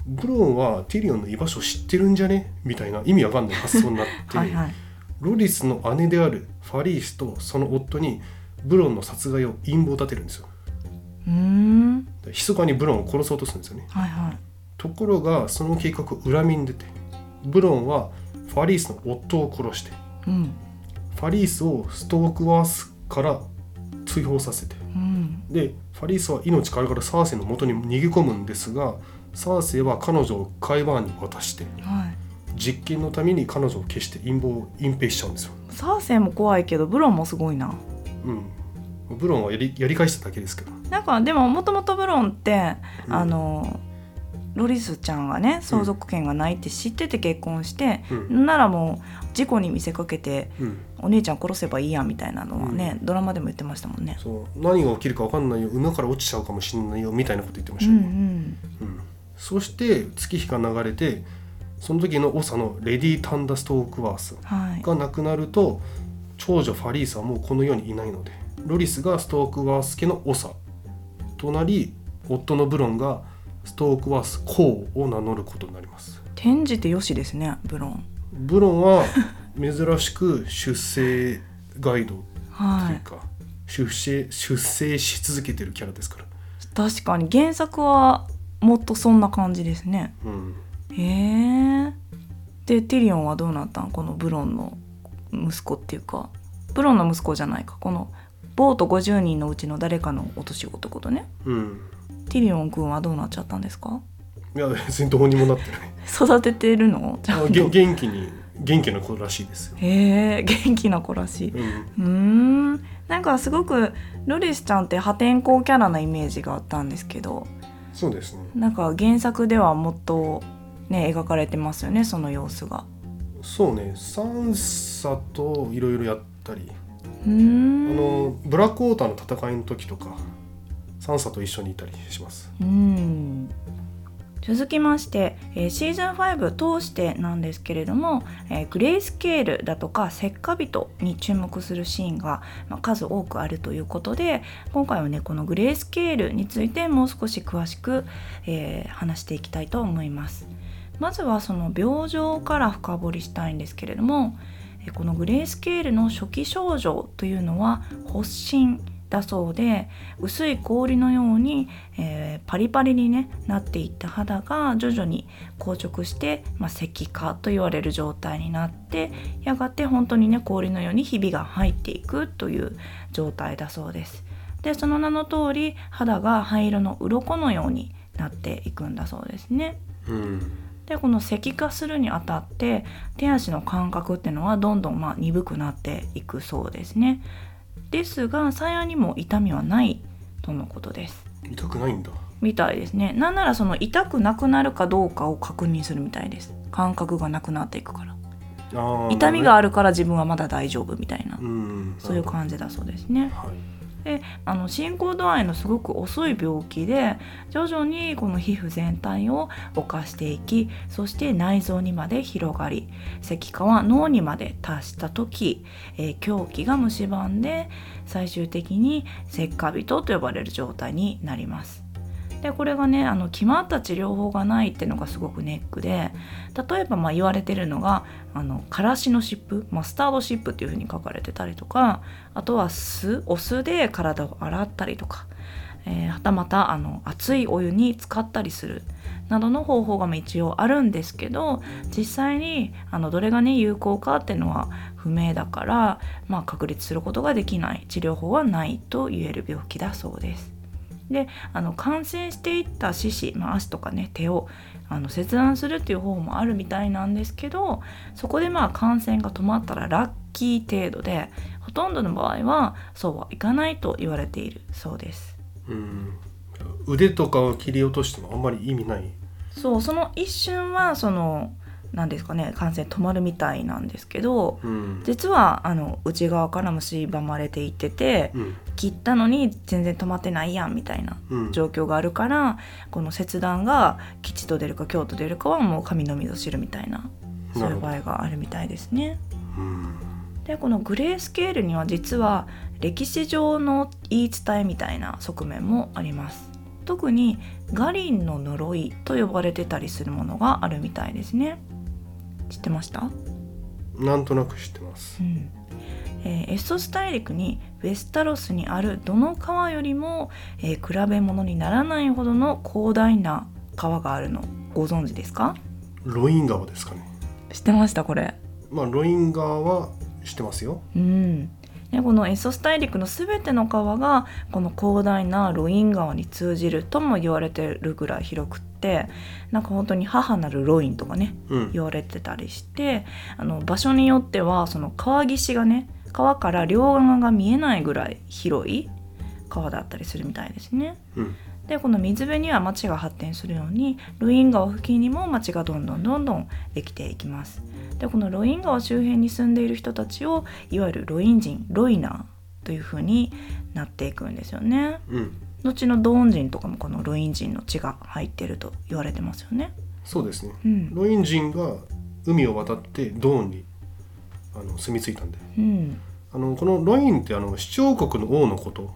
B: ブロンはティリオンの居場所を知ってるんじゃねみたいな意味わかんない発想になっ
A: い
B: て
A: はいはい
B: ロリスの姉であるファリースとその夫にブロンの殺害を陰謀立てるんですよ
A: うーん
B: 密かにブロンを殺そうとするんですよね
A: はいはい
B: ところがその計画を裏目に出てブロンはファリースの夫を殺して
A: うん
B: ファリースをストークワースから追放させて
A: うん
B: でファリースは命からがらサーセイの元に逃げ込むんですがサーセイは彼女をカイバーンに渡して
A: はい
B: 実験のために彼女を消して陰謀を隠蔽しちゃうんですよ、
A: サーセイも怖いけどブロンもすごいな
B: うん、ブロンはやりやり返しただけですけど
A: なんかでももともとブロンって、
B: うん
A: あのロリスちゃんがね相続権がないって知ってて結婚して、
B: うん
A: ならもう事故に見せかけて
B: うん
A: お姉ちゃん殺せばいいやみたいなのはね、ドラマでも言ってましたもんね。
B: そう何が起きるか分かんないよ馬から落ちちゃうかもしれないよみたいなこと言ってま
A: う
B: したよね、
A: ん
B: うんそして月日が流れてその時の長のレディ・タンダ・ストークワース
A: うん、はい、
B: が亡くなると長女ファリースはもうこの世にいないのでロリスがストークワース家の長となり夫のブロンがストークワース公を名乗ることになります
A: 転じてよしですねブロン。
B: ブロンは珍しく出生ガイドと
A: は
B: いう
A: い、
B: か、出生出生し続けてるキャラですから、
A: 確かに原作はもっとそんな感じですね。
B: うん、
A: へえでティリオンはどうなったんこのブロンの息子っていうかブロンの息子じゃないかこのボート50人のうちの誰かの落とし子ってことね
B: うん、
A: ティリオン君はどうなっちゃったんですか
B: いや別にどうにもなってない
A: 育ててるのちゃ
B: あ
A: ん
B: げ
A: と
B: 元気に元気な子らしいですよ、
A: へえ元気な子らしい
B: う
A: う
B: ん、
A: ーんなんかすごくロリスちゃんって破天荒キャラなイメージがあったんですけど
B: そうですね
A: なんか原作ではもっとね描かれてますよねその様子が
B: そうねサンサといろいろやったり
A: うー
B: あ
A: ん
B: のブラックウォーターの戦いの時とかサンサと一緒にいたりします
A: うん続きまして、えーシーズン5通してなんですけれども、えーグレースケールだとかセッカ人に注目するシーンが、まあ数多くあるということで今回はねこのグレースケールについてもう少し詳しく、えー話していきたいと思います。まずはその病状から深掘りしたいんですけれどもえーこのグレースケールの初期症状というのは発疹だそうで薄い氷のようにえーパリパリに、ね、なっていった肌が徐々に硬直して、まあ、石化と言われる状態になってやがて本当にね氷のようにひびが入っていくという状態だそうです。でその名の通り肌が灰色の鱗のようになっていくんだそうですね。
B: うん
A: でこの石化するにあたって手足の感覚っていうのはどんどんまあ鈍くなっていくそうですね。ですが幸いにも痛みはないとのことです。
B: 痛くないんだ
A: みたいですねなんならその痛くなくなるかどうかを確認するみたいです感覚がなくなっていくから
B: あー
A: 痛みがあるから自分はまだ大丈夫みたいな
B: うん
A: そういう感じだそうですね
B: はい
A: であの進行度合いのすごく遅い病気で徐々にこの皮膚全体を侵していきそして内臓にまで広がり石化は脳にまで達した時、えー狂気が蝕んで最終的に石化人と呼ばれる状態になります。でこれがねあの決まった治療法がないっていうのがすごくネックで例えばまあ言われてるのがあのからしの湿布マスタード湿布っていう風に書かれてたりとかあとは酢お酢で体を洗ったりとか、えーはたまたあの熱いお湯に使ったりするなどの方法がまあ一応あるんですけど実際にあのどれがね有効かっていうのは不明だから、まあ、確立することができない治療法はないと言える病気だそうです。であの感染していった四肢、まあ、足とかね手をあの切断するっていう方法もあるみたいなんですけどそこでまあ感染が止まったらラッキー程度でほとんどの場合はそうはいかないと言われているそうです。
B: うん腕とかを切り落としてもあんまり意味ない
A: そうその一瞬はその何ですかね感染止まるみたいなんですけど
B: うん
A: 実はあの内側からも蝕まれていってて
B: うん
A: 切ったのに全然止まってないやんみたいな
B: うん
A: 状況があるからこの切断が吉と出るか京と出るかはもう神のみぞ知るみたいなそういう場合があるみたいですね。
B: うん
A: でこのグレースケールには実は歴史上の言い伝えみたいな側面もあります特にガリンの呪いと呼ばれてたりするものがあるみたいですね知ってました、
B: なんとなく知ってます
A: うんえーエストス大陸にウェスタロスにあるどの川よりも、えー比べ物にならないほどの広大な川があるのご存知ですか
B: ロイン川ですかね
A: 知ってましたこれ
B: まあロイン川は知ってますよ
A: うんね、このエソス大陸の全ての川がこの広大なロイン川に通じるとも言われてるぐらい広くってなんか本当に母なるロインとかね
B: うん
A: 言われてたりしてあの場所によってはその川岸がね川から両岸が見えないぐらい広い川だったりするみたいですね。
B: うん
A: でこの水辺には町が発展するようにロイン川付近にも町がどんどんどんどんできていきますでこのロイン川周辺に住んでいる人たちをいわゆるロイン人ロイナーという風になっていくんですよね
B: うん
A: 後のドーン人とかもこのロイン人の血が入ってると言われてますよね
B: そうですね
A: うん、
B: ロイン人が海を渡ってドーンにあの住み着いたんで
A: うん、
B: あのこのロインってあの市長国の王のこと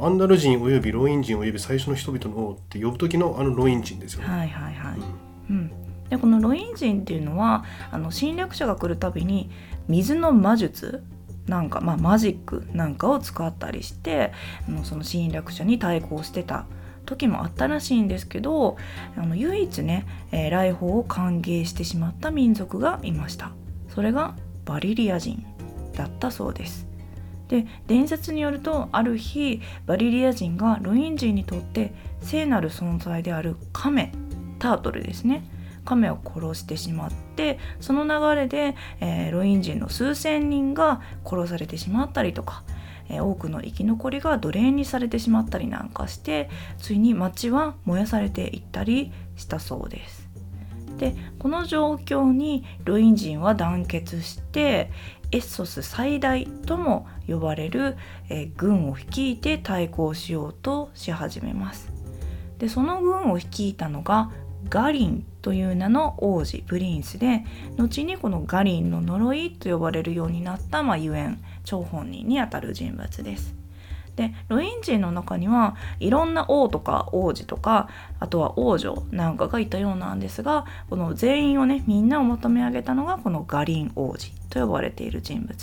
B: アンダル人およびロイン人および最初の人々の王って呼ぶ時のあのロイン人ですよね、
A: はいはいはい
B: うん
A: うん、でこのロイン人っていうのはあの侵略者が来るたびに水の魔術なんか、まあ、マジックなんかを使ったりしてあのその侵略者に対抗してた時もあったらしいんですけどあの唯一ね、えー来訪を歓迎してしまった民族がいましたそれがバリリア人だったそうですで伝説によるとある日バリリア人がロイン人にとって聖なる存在であるカメタートルですね亀を殺してしまってその流れで、えーロイン人の数千人が殺されてしまったりとか、えー多くの生き残りが奴隷にされてしまったりなんかしてついに町は燃やされていったりしたそうです。でこの状況にロイン人は団結してエッソス最大とも呼ばれる、えー軍を率いて対抗しようとし始めます。でその軍を率いたのがガリンという名の王子プリンスで後にこのガリンの呪いと呼ばれるようになった、まあ、ゆえん張本人にあたる人物です。でロイン人の中にはいろんな王とか王子とかあとは王女なんかがいたようなんですがこの全員をねみんなをまとめ上げたのがこのガリン王子と呼ばれている人物。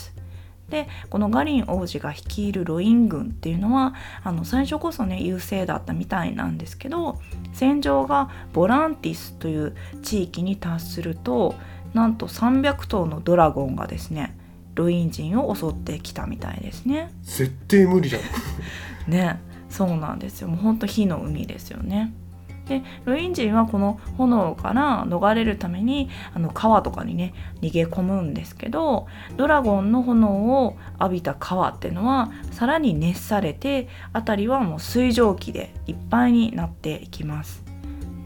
A: でこのガリン王子が率いるロイン軍っていうのはあの最初こそね優勢だったみたいなんですけど戦場がボランティスという地域に達するとなんと300頭のドラゴンがですねロイン人を襲ってきたみたいですね。
B: 絶対無理じゃん
A: ねそうなんですよもうほんと火の海ですよね。でルインジンはこの炎から逃れるためにあの川とかにね逃げ込むんですけどドラゴンの炎を浴びた川っていうのはさらに熱されて辺りはもう水蒸気でいっぱいになっていきます。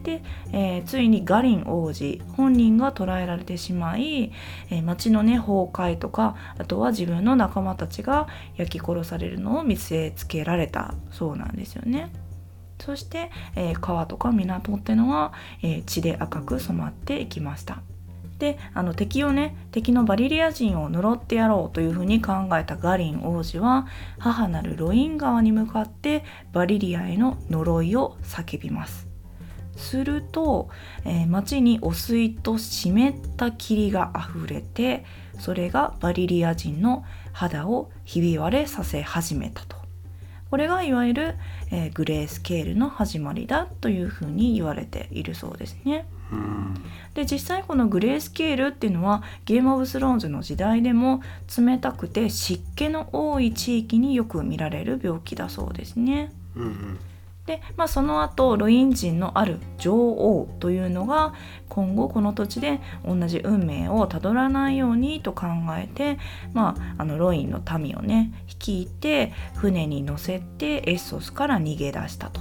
A: で、えーついにガリン王子本人が捕らえられてしまい、えー町のね崩壊とかあとは自分の仲間たちが焼き殺されるのを見せつけられたそうなんですよね。そして、えー川とか港ってのは、えー血で赤く染まっていきました。であの敵をね敵のバリリア人を呪ってやろうというふうに考えたガリン王子は母なるロイン川に向かってバリリアへの呪いを叫びます。すると、えー町に汚水と湿った霧があふれてそれがバリリア人の肌をひび割れさせ始めたとこれがいわゆる、えーグレースケールの始まりだというふうに言われているそうですね。
B: うん
A: で実際このグレースケールっていうのはゲームオブスローンズの時代でも冷たくて湿気の多い地域によく見られる病気だそうですね。
B: うんうん
A: で、まあ、その後ロイン人のある女王というのが今後この土地で同じ運命をたどらないようにと考えて、まあ、あのロインの民をね率いて船に乗せてエッソスから逃げ出したと。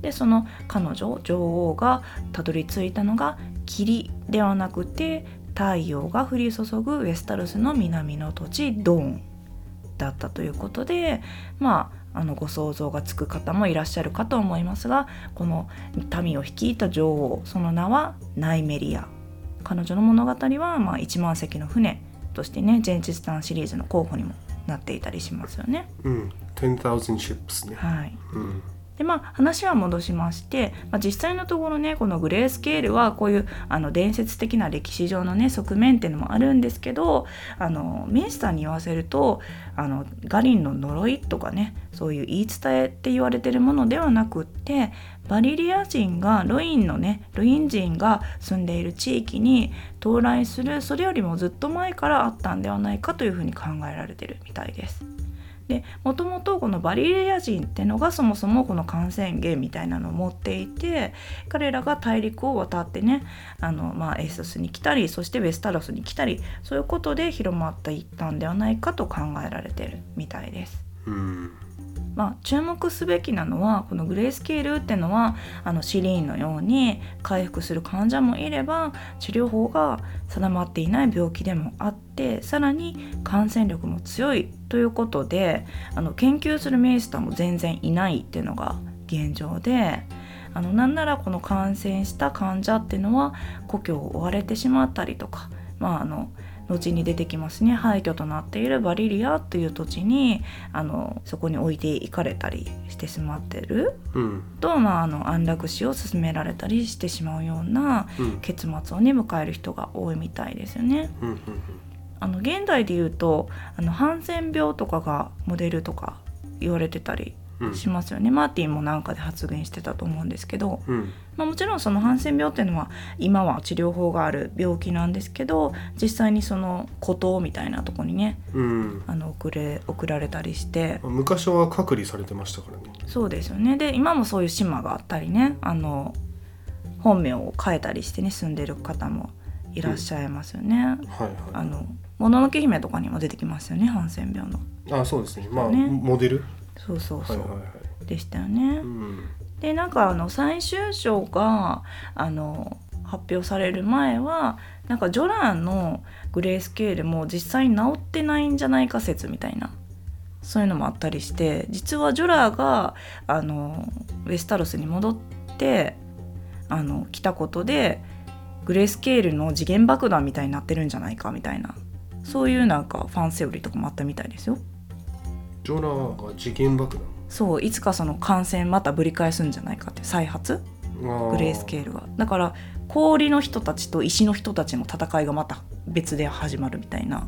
A: でその彼女女王がたどり着いたのが霧ではなくて太陽が降り注ぐウェスタルスの南の土地ドーンだったということでまああのご想像がつく方もいらっしゃるかと思いますがこの民を率いた女王その名はナイメリア彼女の物語は、まあ、1万隻の船としてね前日譚シリーズの候補にもなっていたりしますよね。
B: うん10,000 ships ね、
A: はい
B: うん
A: でまあ、話は戻しまして、まあ、実際のところねこのグレースケールはこういうあの伝説的な歴史上のね側面っていうのもあるんですけどあのミンスターに言わせるとあのガリンの呪いとかねそういう言い伝えって言われてるものではなくってバリリア人がロインのねロイン人が住んでいる地域に到来するそれよりもずっと前からあったんではないかというふうに考えられてるみたいです。でもともとこのバリリア人ってのがそもそもこの感染源みたいなのを持っていて彼らが大陸を渡ってねあの、まあ、エススに来たりそしてベスタロスに来たりそういうことで広まっていったんではないかと考えられてるみたいです。
B: うん
A: まあ、注目すべきなのはこのグレースケールってのはあのシリーンのように回復する患者もいれば治療法が定まっていない病気でもあってさらに感染力も強いということであの研究するメイスターも全然いないっていうのが現状で。あのなんならこの感染した患者っていうのは故郷を追われてしまったりとか、まあ、あの後に出てきますね廃墟となっているバリリアという土地にあのそこに置いていかれたりしてしまってる
B: うん
A: と、まあ、あの安楽死を勧められたりしてしまうような
B: うん
A: 結末をね迎える人が多いみたいですよね。
B: うんうん
A: あの現代で言うとあのハンセン病とかがモデルとか言われてたり
B: うん
A: しますよね、マーティンもなんかで発言してたと思うんですけど、
B: うん
A: まあ、もちろんそのハンセン病っていうのは今は治療法がある病気なんですけど実際にその孤島みたいなとこにね
B: うん
A: あの送れ送られたりして
B: 昔は隔離されてましたからね
A: そうですよねで今もそういう島があったりねあの本名を変えたりしてね住んでる方もいらっしゃいますよね。
B: はい
A: あ
B: は
A: のもののけ姫とかにも出てきますよねハンセン病の。
B: いあそうですねまあ
A: ね
B: モデル
A: そうそう
B: は
A: そ、
B: いうはいは
A: でしたよね。
B: いうん
A: でなんかあの最終章があの発表される前はなんかジョランのグレースケールも実際に治ってないんじゃないか説みたいなそういうのもあったりして実はジョラがあのウェスタロスに戻ってあの来たことでグレースケールの次元爆弾みたいになってるんじゃないかみたいなそういうなんかファンセオリーとかもあったみたいですよ。
B: ジョラーが時限爆弾
A: そういつかその感染またぶり返すんじゃないかって再発グ
B: グ
A: レースケールはだから氷の人たちと石の人たちの戦いがまた別で始まるみたいな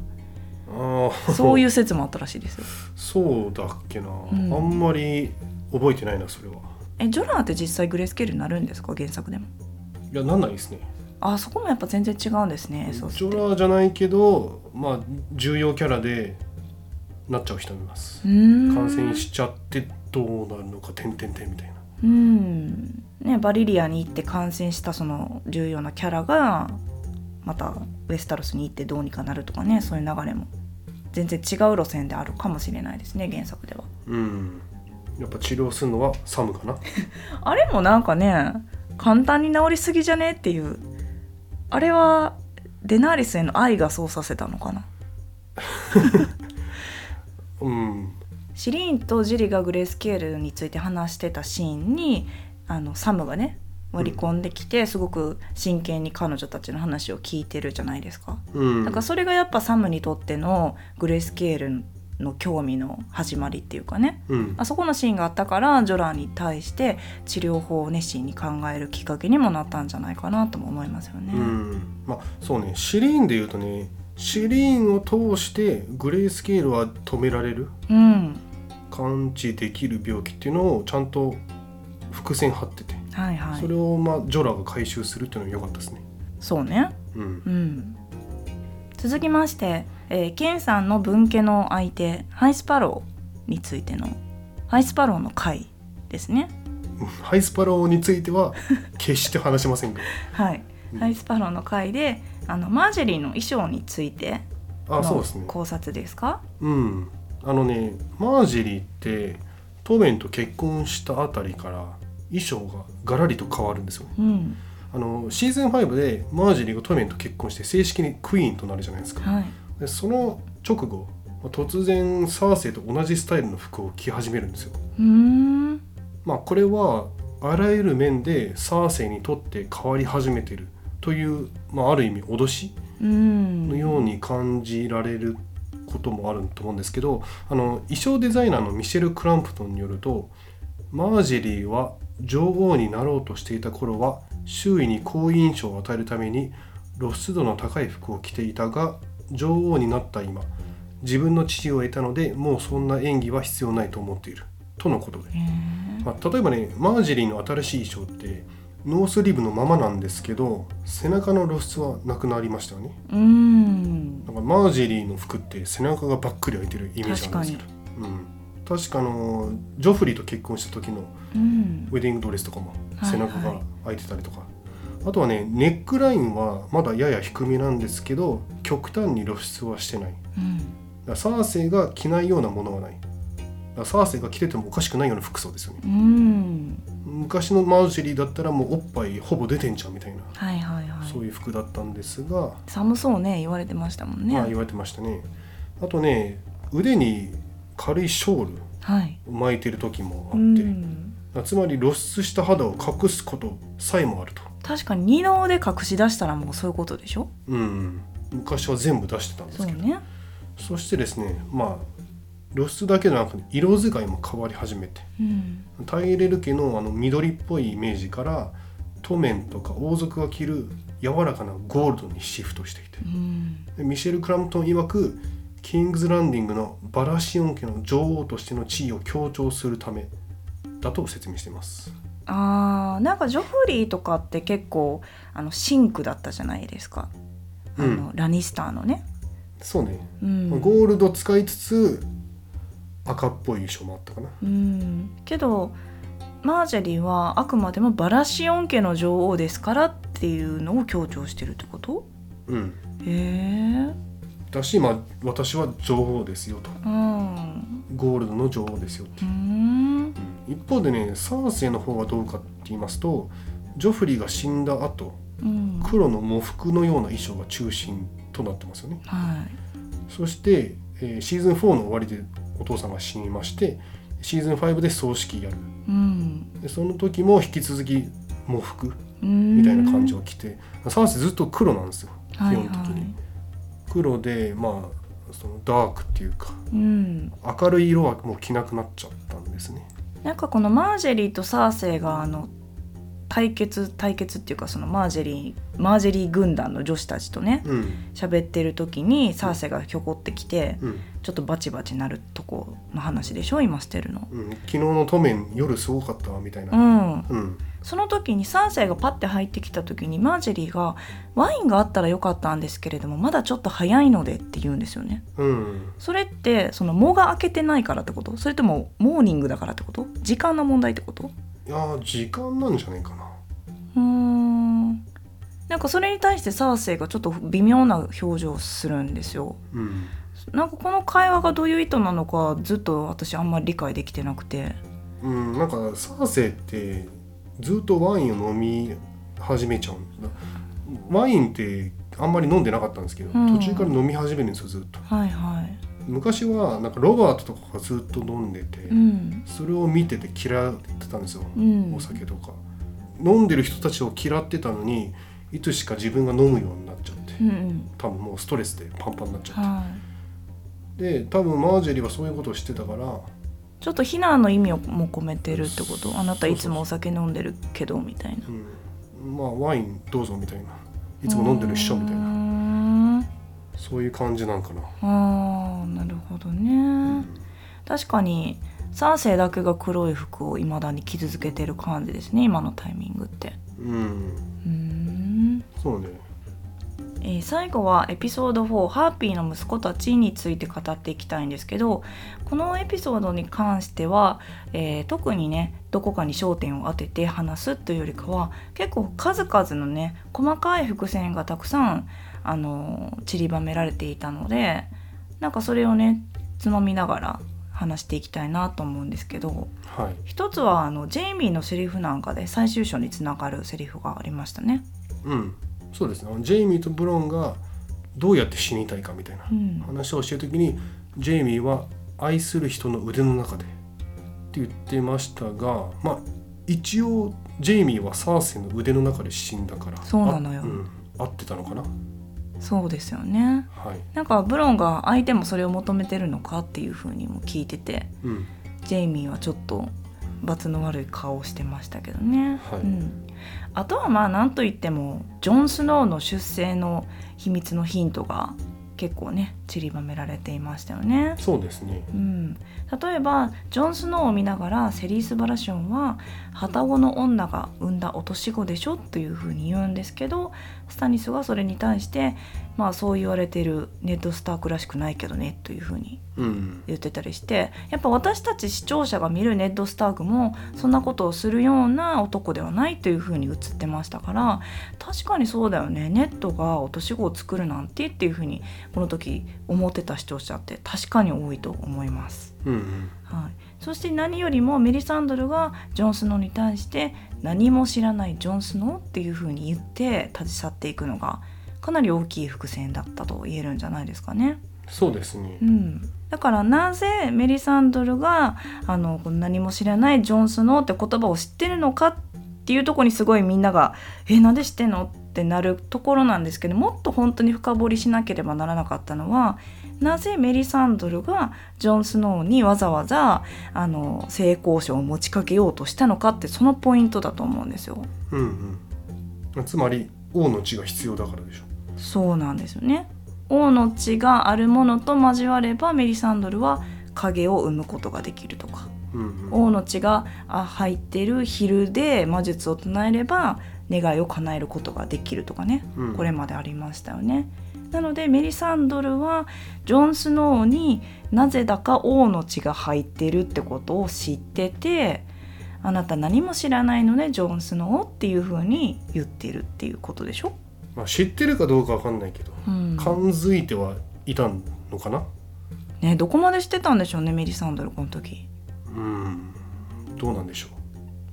B: ああ
A: そういうう説もあったらしいですよ
B: (laughs) そうだっけな、
A: ん
B: あんまり覚えてないなそれは
A: えジョラーって実際グレースケールになるんですか原作でも
B: いやなんないですね
A: あそこもやっぱ全然違うんですね
B: ジ
A: そう
B: ョラーじゃないけどまあ重要キャラでなっちゃう人もいます
A: 感
B: 感染しちゃってどうなるのか点々点みたいな
A: うんねね、バリリアに行って感染したその重要なキャラがまたウェスタロスに行ってどうにかなるとかねそういう流れも全然違う路線であるかもしれないですね原作では。
B: うんやっぱ治療するのはサムか
A: (laughs)
B: な
A: あれもなんかね簡単に治りすぎじゃねっていうあれはデナーリスへの愛がそうさせたのかな。
B: うん
A: シリーンとジリがグレースケールについて話してたシーンにあのサムがね割り込んできて、すごく真剣に彼女たちの話を聞いてるじゃないですか。
B: うん
A: だからそれがやっぱサムにとってのグレースケールの興味の始まりっていうかね
B: うん
A: あそこのシーンがあったからジョラーに対して治療法を熱心に考えるきっかけにもなったんじゃないかなとも思いますよね。
B: うんまあそうねシリーンで言うとねシリーンを通してグレースケールは止められる
A: うん、
B: 完治できる病気っていうのをちゃんと伏線張ってて、
A: はいはいそ
B: それをまあジョラが回収するっていうのは良かったですね
A: うね
B: うん
A: うん、続きまして、えーケンさんの分家の相手ハイスパローについてのハイスパローの回ですね。
B: ハイスパローについては決して話しませんが
A: はい、
B: うん
A: ハイスパローの回であのマージェリーの衣装について
B: あそう
A: の
B: ですね
A: 考察ですか
B: うんあのねマージェリーってトーベンと結婚したあたりから衣装がガラリと変わるんですよね
A: うん
B: あのシーズン5でマージェリーがトーベンと結婚して正式にクイーンとなるじゃないですか
A: はい
B: でその直後突然サーセイと同じスタイルの服を着始めるんですよ
A: うーん
B: まあこれはあらゆる面でサーセイにとって変わり始めてるという、まあ、ある意味脅し
A: うん
B: のように感じられることもあると思うんですけどあの衣装デザイナーのミシェル・クランプトンによるとマージェリーは女王になろうとしていた頃は周囲に好印象を与えるために露出度の高い服を着ていたが女王になった今自分の地位を得たのでもうそんな演技は必要ないと思っているとのことで、
A: へー
B: まあ、例えばねマージェリーの新しい衣装ってノースリーブのままなんですけど背中の露出はなくなりましたよね
A: うん
B: なんかマージェリーの服って背中がばっくり開いてるイメージなんですけど確か,、うん、確かあのジョフリーと結婚した時の
A: うん
B: ウェディングドレスとかも
A: はい
B: 背中が開いてたりとか、あとはねネックラインはまだやや低めなんですけど極端に露出はしてないだか
A: うん
B: らサーセイが着ないようなものはないだからサーセイが着ててもおかしくないような服装ですよね
A: うん
B: 昔のマージェリーだったらもうおっぱいほぼ出てんちゃうみたいな、
A: はいはいは
B: そう
A: い
B: いう服だったんですが
A: 寒そうね言われてましたもんね
B: まあ言われてましたねあとね腕に軽いショール
A: はい
B: を巻いてる時もあ
A: う
B: って、
A: ん
B: つまり露出した肌を隠すことさえもあると、
A: 確かに二の腕隠し出したらもうそういうことでしょ
B: うん、昔は全部出してたんです
A: そう
B: けど
A: ね
B: そ,、してですねまあ露出だけじゃなくて色使いも変わり始めて
A: うん
B: タイレル家のあの緑っぽいイメージからトメンとか王族が着る柔らかなゴールドにシフトしていて
A: うん
B: でミシェル・クラムトン曰くキングズ・ランディングのバラシオン家の女王としての地位を強調するためだと説明しています。
A: あーなんかジョフリーとかって結構あのシンクだったじゃないですかあ
B: う
A: の、
B: ん
A: ラニスターのね、
B: そうね、
A: うん
B: ゴールド使いつつ赤っぽい衣装もあったかな。
A: うん、けどマージェリーはあくまでもバラシオン家の女王ですからっていうのを強調してるってこと
B: うん、
A: へえ
B: だし、まあ、私は女王ですよと
A: うん
B: ゴールドの女王ですよって
A: う、ん
B: うん一方でねサーセイの方はどうかって言いますとジョフリーが死んだ後
A: うん
B: 黒の喪服のような衣装が中心となってますよね。
A: はい
B: そして、えーシーズン4の終わりでお父さんが死にましてシーズン5で葬式やる
A: うん
B: でその時も引き続き喪服み
A: み
B: たいな感じを着て、サーセイずっと黒なんですよ基
A: はい
B: 本的に、
A: はい
B: 黒でまあそのダークっていうか
A: うん、
B: 明るい色はもう着なくなっちゃったんですね
A: なんかこのマージェリーとサーセイがあの対決対決っていうかそのマージェリーマージェリー軍団の女子たちとね
B: うん
A: 喋ってる時にサーセイがひょこってきて、
B: うん、
A: ちょっとバチバチなるとこの話でしょ今してるの。
B: うん、昨日のトメン夜すごかったわみたいうな、
A: ん、
B: うん
A: その時にサンセイがパッて入ってきた時にマージェリーが「ワインがあったらよかったんですけれどもまだちょっと早いので」って言うんですよね。
B: うん、
A: それってその「も」が開けてないからってことそれともモーニングだからってこと時間の問題ってこと
B: いやー時間なんじゃねえかな
A: うーんなんかそれに対してサーセイがちょっと微妙な表情をするんですよ
B: うん
A: なんかこの会話がどういう意図なのかずっと私あんまり理解できてなくて
B: うんなんかサーセイってずっとワインを飲み始めちゃうんだワインってあんまり飲んでなかったんですけど、
A: うん
B: 途中から飲み始めるんですよずっと
A: はいはい
B: 昔はなんかロバートとかがずっと飲んでて、
A: うん
B: それを見てて嫌ってたんですよ、
A: うん
B: お酒とか飲んでる人たちを嫌ってたのにいつしか自分が飲むようになっちゃって、
A: うんうん
B: 多分もうストレスでパンパンになっちゃって、
A: はい
B: で多分マージェリーはそういうことをしてたから
A: ちょっと非難の意味をも込めてるってことあなたいつもお酒飲んでるけどみたいな
B: うん、まあワインどうぞみたいないつも飲んでるっしょみたいう
A: ー
B: なんそういう感じなんかな、
A: あーなるほどね、確かに三世だけが黒い服を未だに着続けてる感じですね今のタイミングって
B: うん
A: うーん、
B: そうね
A: えー最後はエピソード4「ハーピーの息子たち」について語っていきたいんですけどこのエピソードに関しては、えー特にねどこかに焦点を当てて話すというよりかは結構数々のね細かい伏線がたくさんあのー散りばめられていたのでなんかそれをねつまみながら話していきたいなと思うんですけど
B: はい
A: 一つはあのジェイミーのセリフなんかで最終章につながるセリフがありましたね。
B: うんそうですねジェイミーとブロンがどうやって死にたいかみたいな
A: うん
B: 話をしてる時にジェイミーは愛する人の腕の中でって言ってましたがまあ一応ジェイミーはサーセイの腕の中で死んだから
A: そうなのよ
B: あうん、合ってたのかな
A: そうですよね
B: はい、
A: なんかブロンが相手もそれを求めてるのかっていう風にも聞いてて
B: うん、
A: ジェイミーはちょっと罰の悪い顔をしてましたけどね、
B: はい
A: うん、あとはまあなんといってもジョン・スノーの出生の秘密のヒントが結構ね散りばめられていましたよね。
B: そうですね
A: うん、例えばジョン・スノーを見ながらセリース・バラションは「旗子の女が産んだ落とし子でしょ」というふうに言うんですけどスタニスがそれに対して「まあそう言われてるネット・スタークらしくないけどね」というふうに
B: うん
A: 言ってたりしてやっぱ私たち視聴者が見るネッド・スタークもそんなことをするような男ではないというふうに映ってましたから確かにそうだよねネットが落とし子を作るなんてっていうふうにこの時思ってた視聴者って確かに多いと思います。
B: うんうん
A: はい、そして何よりもメリサンドルがジョン・スノーに対して「何も知らないジョン・スノー」っていうふうに言って立ち去っていくのがかなり大きい伏線だったと言えるんじゃないですかね。
B: そうですね
A: うん、だからなぜメリサンドルがあのこの何も知らないジョン・スノーって言葉を知ってるのかっていうところにすごいみんなが「えなんで知ってんの?」ってなるところなんですけどもっと本当に深掘りしなければならなかったのはなぜメリサンドルがジョン・スノーにわざわざあの性交渉を持ちかけようとしたのかってそのポイントだと思うんですよ。
B: うんうんつまり王の血が必要だからでしょ
A: そうなんですよね王の血があるものと交わればメリサンドルは影を生むことができるとか
B: うんうん
A: 王の血があ入ってる昼で魔術を唱えれば願いを叶えることができるとかね
B: うん
A: これまでありましたよね。なのでメリサンドルはジョン・スノーになぜだか王の血が入ってるってことを知ってて「あなた何も知らないのねジョン・スノー」っていうふうに言ってるっていうことでしょ、
B: まあ、知ってるかどうかわかんないけど
A: うん
B: 感づいてはいたのかな
A: ね、どこまでしてたんでしょうねメリサンドルこの時。
B: うんどうなんでしょ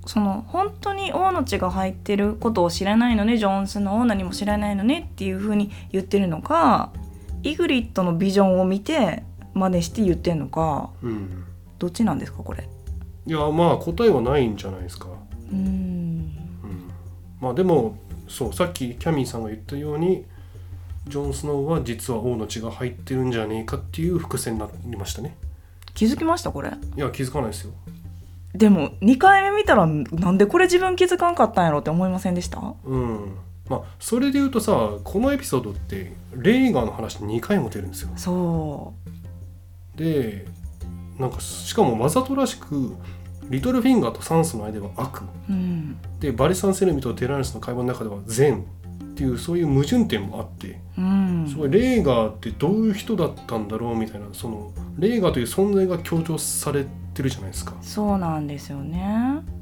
A: その本当に王の血が入ってることを知らないのねジョン・スノー何も知らないのねっていう風に言ってるのかイグリットのビジョンを見て真似して言ってんのか
B: ううん
A: どっちなんですかこれ
B: いやまあ答えはないんじゃないですか、
A: うーん
B: うん、まあでもそうさっきキャミーさんが言ったようにジョン・スノーは実は王の血が入ってるんじゃねえかっていう伏線になりましたね
A: 気づきましたこれ
B: いや気づかないですよ
A: でも2回目見たらなんでこれ自分気づかんかったんやろって思いませんでした
B: うんまあそれで言うとさこのエピソードってレイガーの話2回も出るんですよ
A: そ
B: でなんかしかもわざとらしくリトルフィンガーとサンスの間は悪
A: ううん
B: でバリ・サンセルミとテランスの会話の中では善っていうそういう矛盾点もあって
A: うん
B: すごいレーガーってどういう人だったんだろうみたいなそのレーガーという存在が強調されってるじゃないですか、
A: そうなんですよね。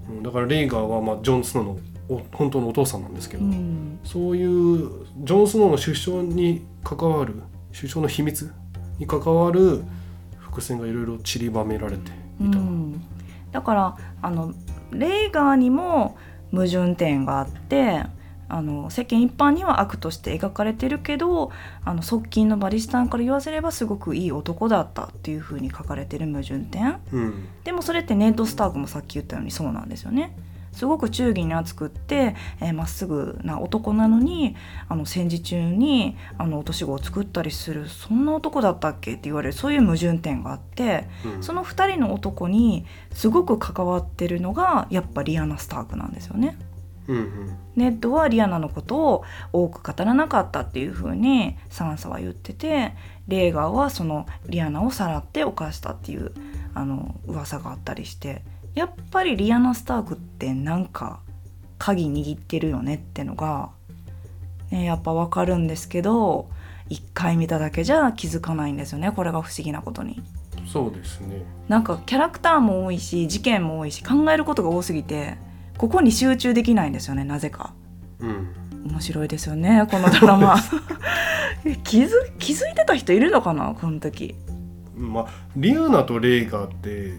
B: うんだからレイガーはまあジョン・スノーのお本当のお父さんなんですけ
A: う
B: ど、
A: ん。
B: そういうジョン・スノーの首相に関わる首相の秘密に関わる伏線がいろいろ散りばめられて
A: う
B: いた、
A: ん、だからあのレイガーにも矛盾点があってあの世間一般には悪として描かれてるけどあの側近のバリスタンから言わせればすごくいい男だったっていう風に書かれてる矛盾点
B: うん
A: でもそれってネット・スタークもさっき言ったようにそうなんですよね。すごく忠義に厚くってえーま、っすぐな男なのにあの戦時中にあの落とし子を作ったりするそんな男だったっけって言われるそういう矛盾点があって
B: うん
A: その2人の男にすごく関わってるのがやっぱリアナ・スタークなんですよね。
B: うんうん
A: ネッドはリアナのことを多く語らなかったっていう風にサンサは言っててレーガーはそのリアナをさらって犯したっていうあの噂があったりしてやっぱりリアナ・スタークってなんか鍵握ってるよねってのが、ね、やっぱわかるんですけど一回見ただけじゃ気づかないんですよねこれが不思議なことに。
B: そうですね
A: なんかキャラクターも多いし事件も多いし考えることが多すぎてここに集中できないんですよねなぜか
B: うん
A: 面白いですよねこのドラマ (laughs) 気づ気づいてた人いるのかなこの時
B: まあリアナとレイガーって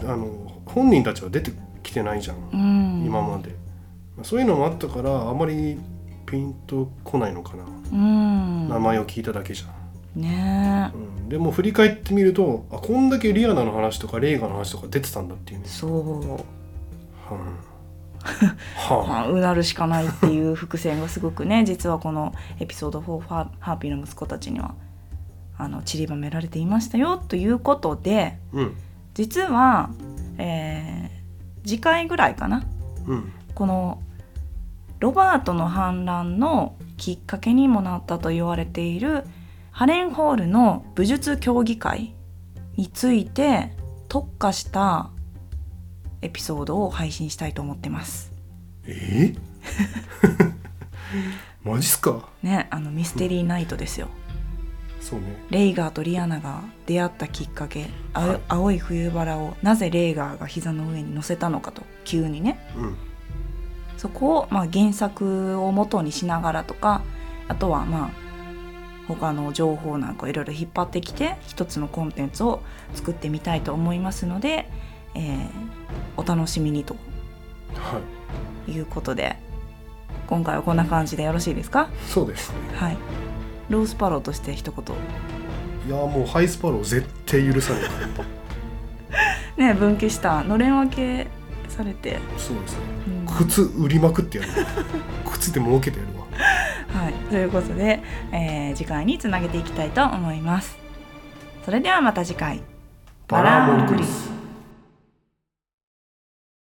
B: あの本人たちは出てきてないじゃん、
A: うん
B: 今までまあそういうのもあったからあまりピンとこないのかな、
A: うん
B: 名前を聞いただけじゃ
A: ね
B: ん、うん、でも振り返ってみるとあこんだけリアナの話とかレイガーの話とか出てたんだっていうね
A: えそう
B: はあはあ
A: まあうなるしかないっていう伏線がすごくね (laughs) 実はこのエピソード4ファハーピーの息子たちにはあの散りばめられていましたよということで
B: うん
A: 実は、えー次回ぐらいかな
B: うん
A: このロバートの反乱のきっかけにもなったと言われているハレンホールの武術競技会について特化したエピソードを配信したいと思ってます。
B: えー (laughs) マジっすか
A: ね、あのミステリーナイトですよ。
B: そうね
A: レイガーとリアナが出会ったきっかけ、あお青い冬バラをなぜレイガーが膝の上に乗せたのかと急にね、
B: うん
A: そこを、まあ、原作を元にしながらとかあとはまあ他の情報なんかをいろいろ引っ張ってきて一つのコンテンツを作ってみたいと思いますので、えーお楽しみにと
B: はい
A: いうことで今回はこんな感じでよろしいですか
B: そうですね
A: はいロースパローとして一言
B: いやもうハイスパロー絶対許さない
A: ね分岐したのれん分けされて、
B: そうですね (laughs)
A: うん
B: 靴売りまくってやるわ靴で儲けてやるわ
A: はい、ということで、えー次回につなげていきたいと思います。それではまた次回。
B: バラモンクリス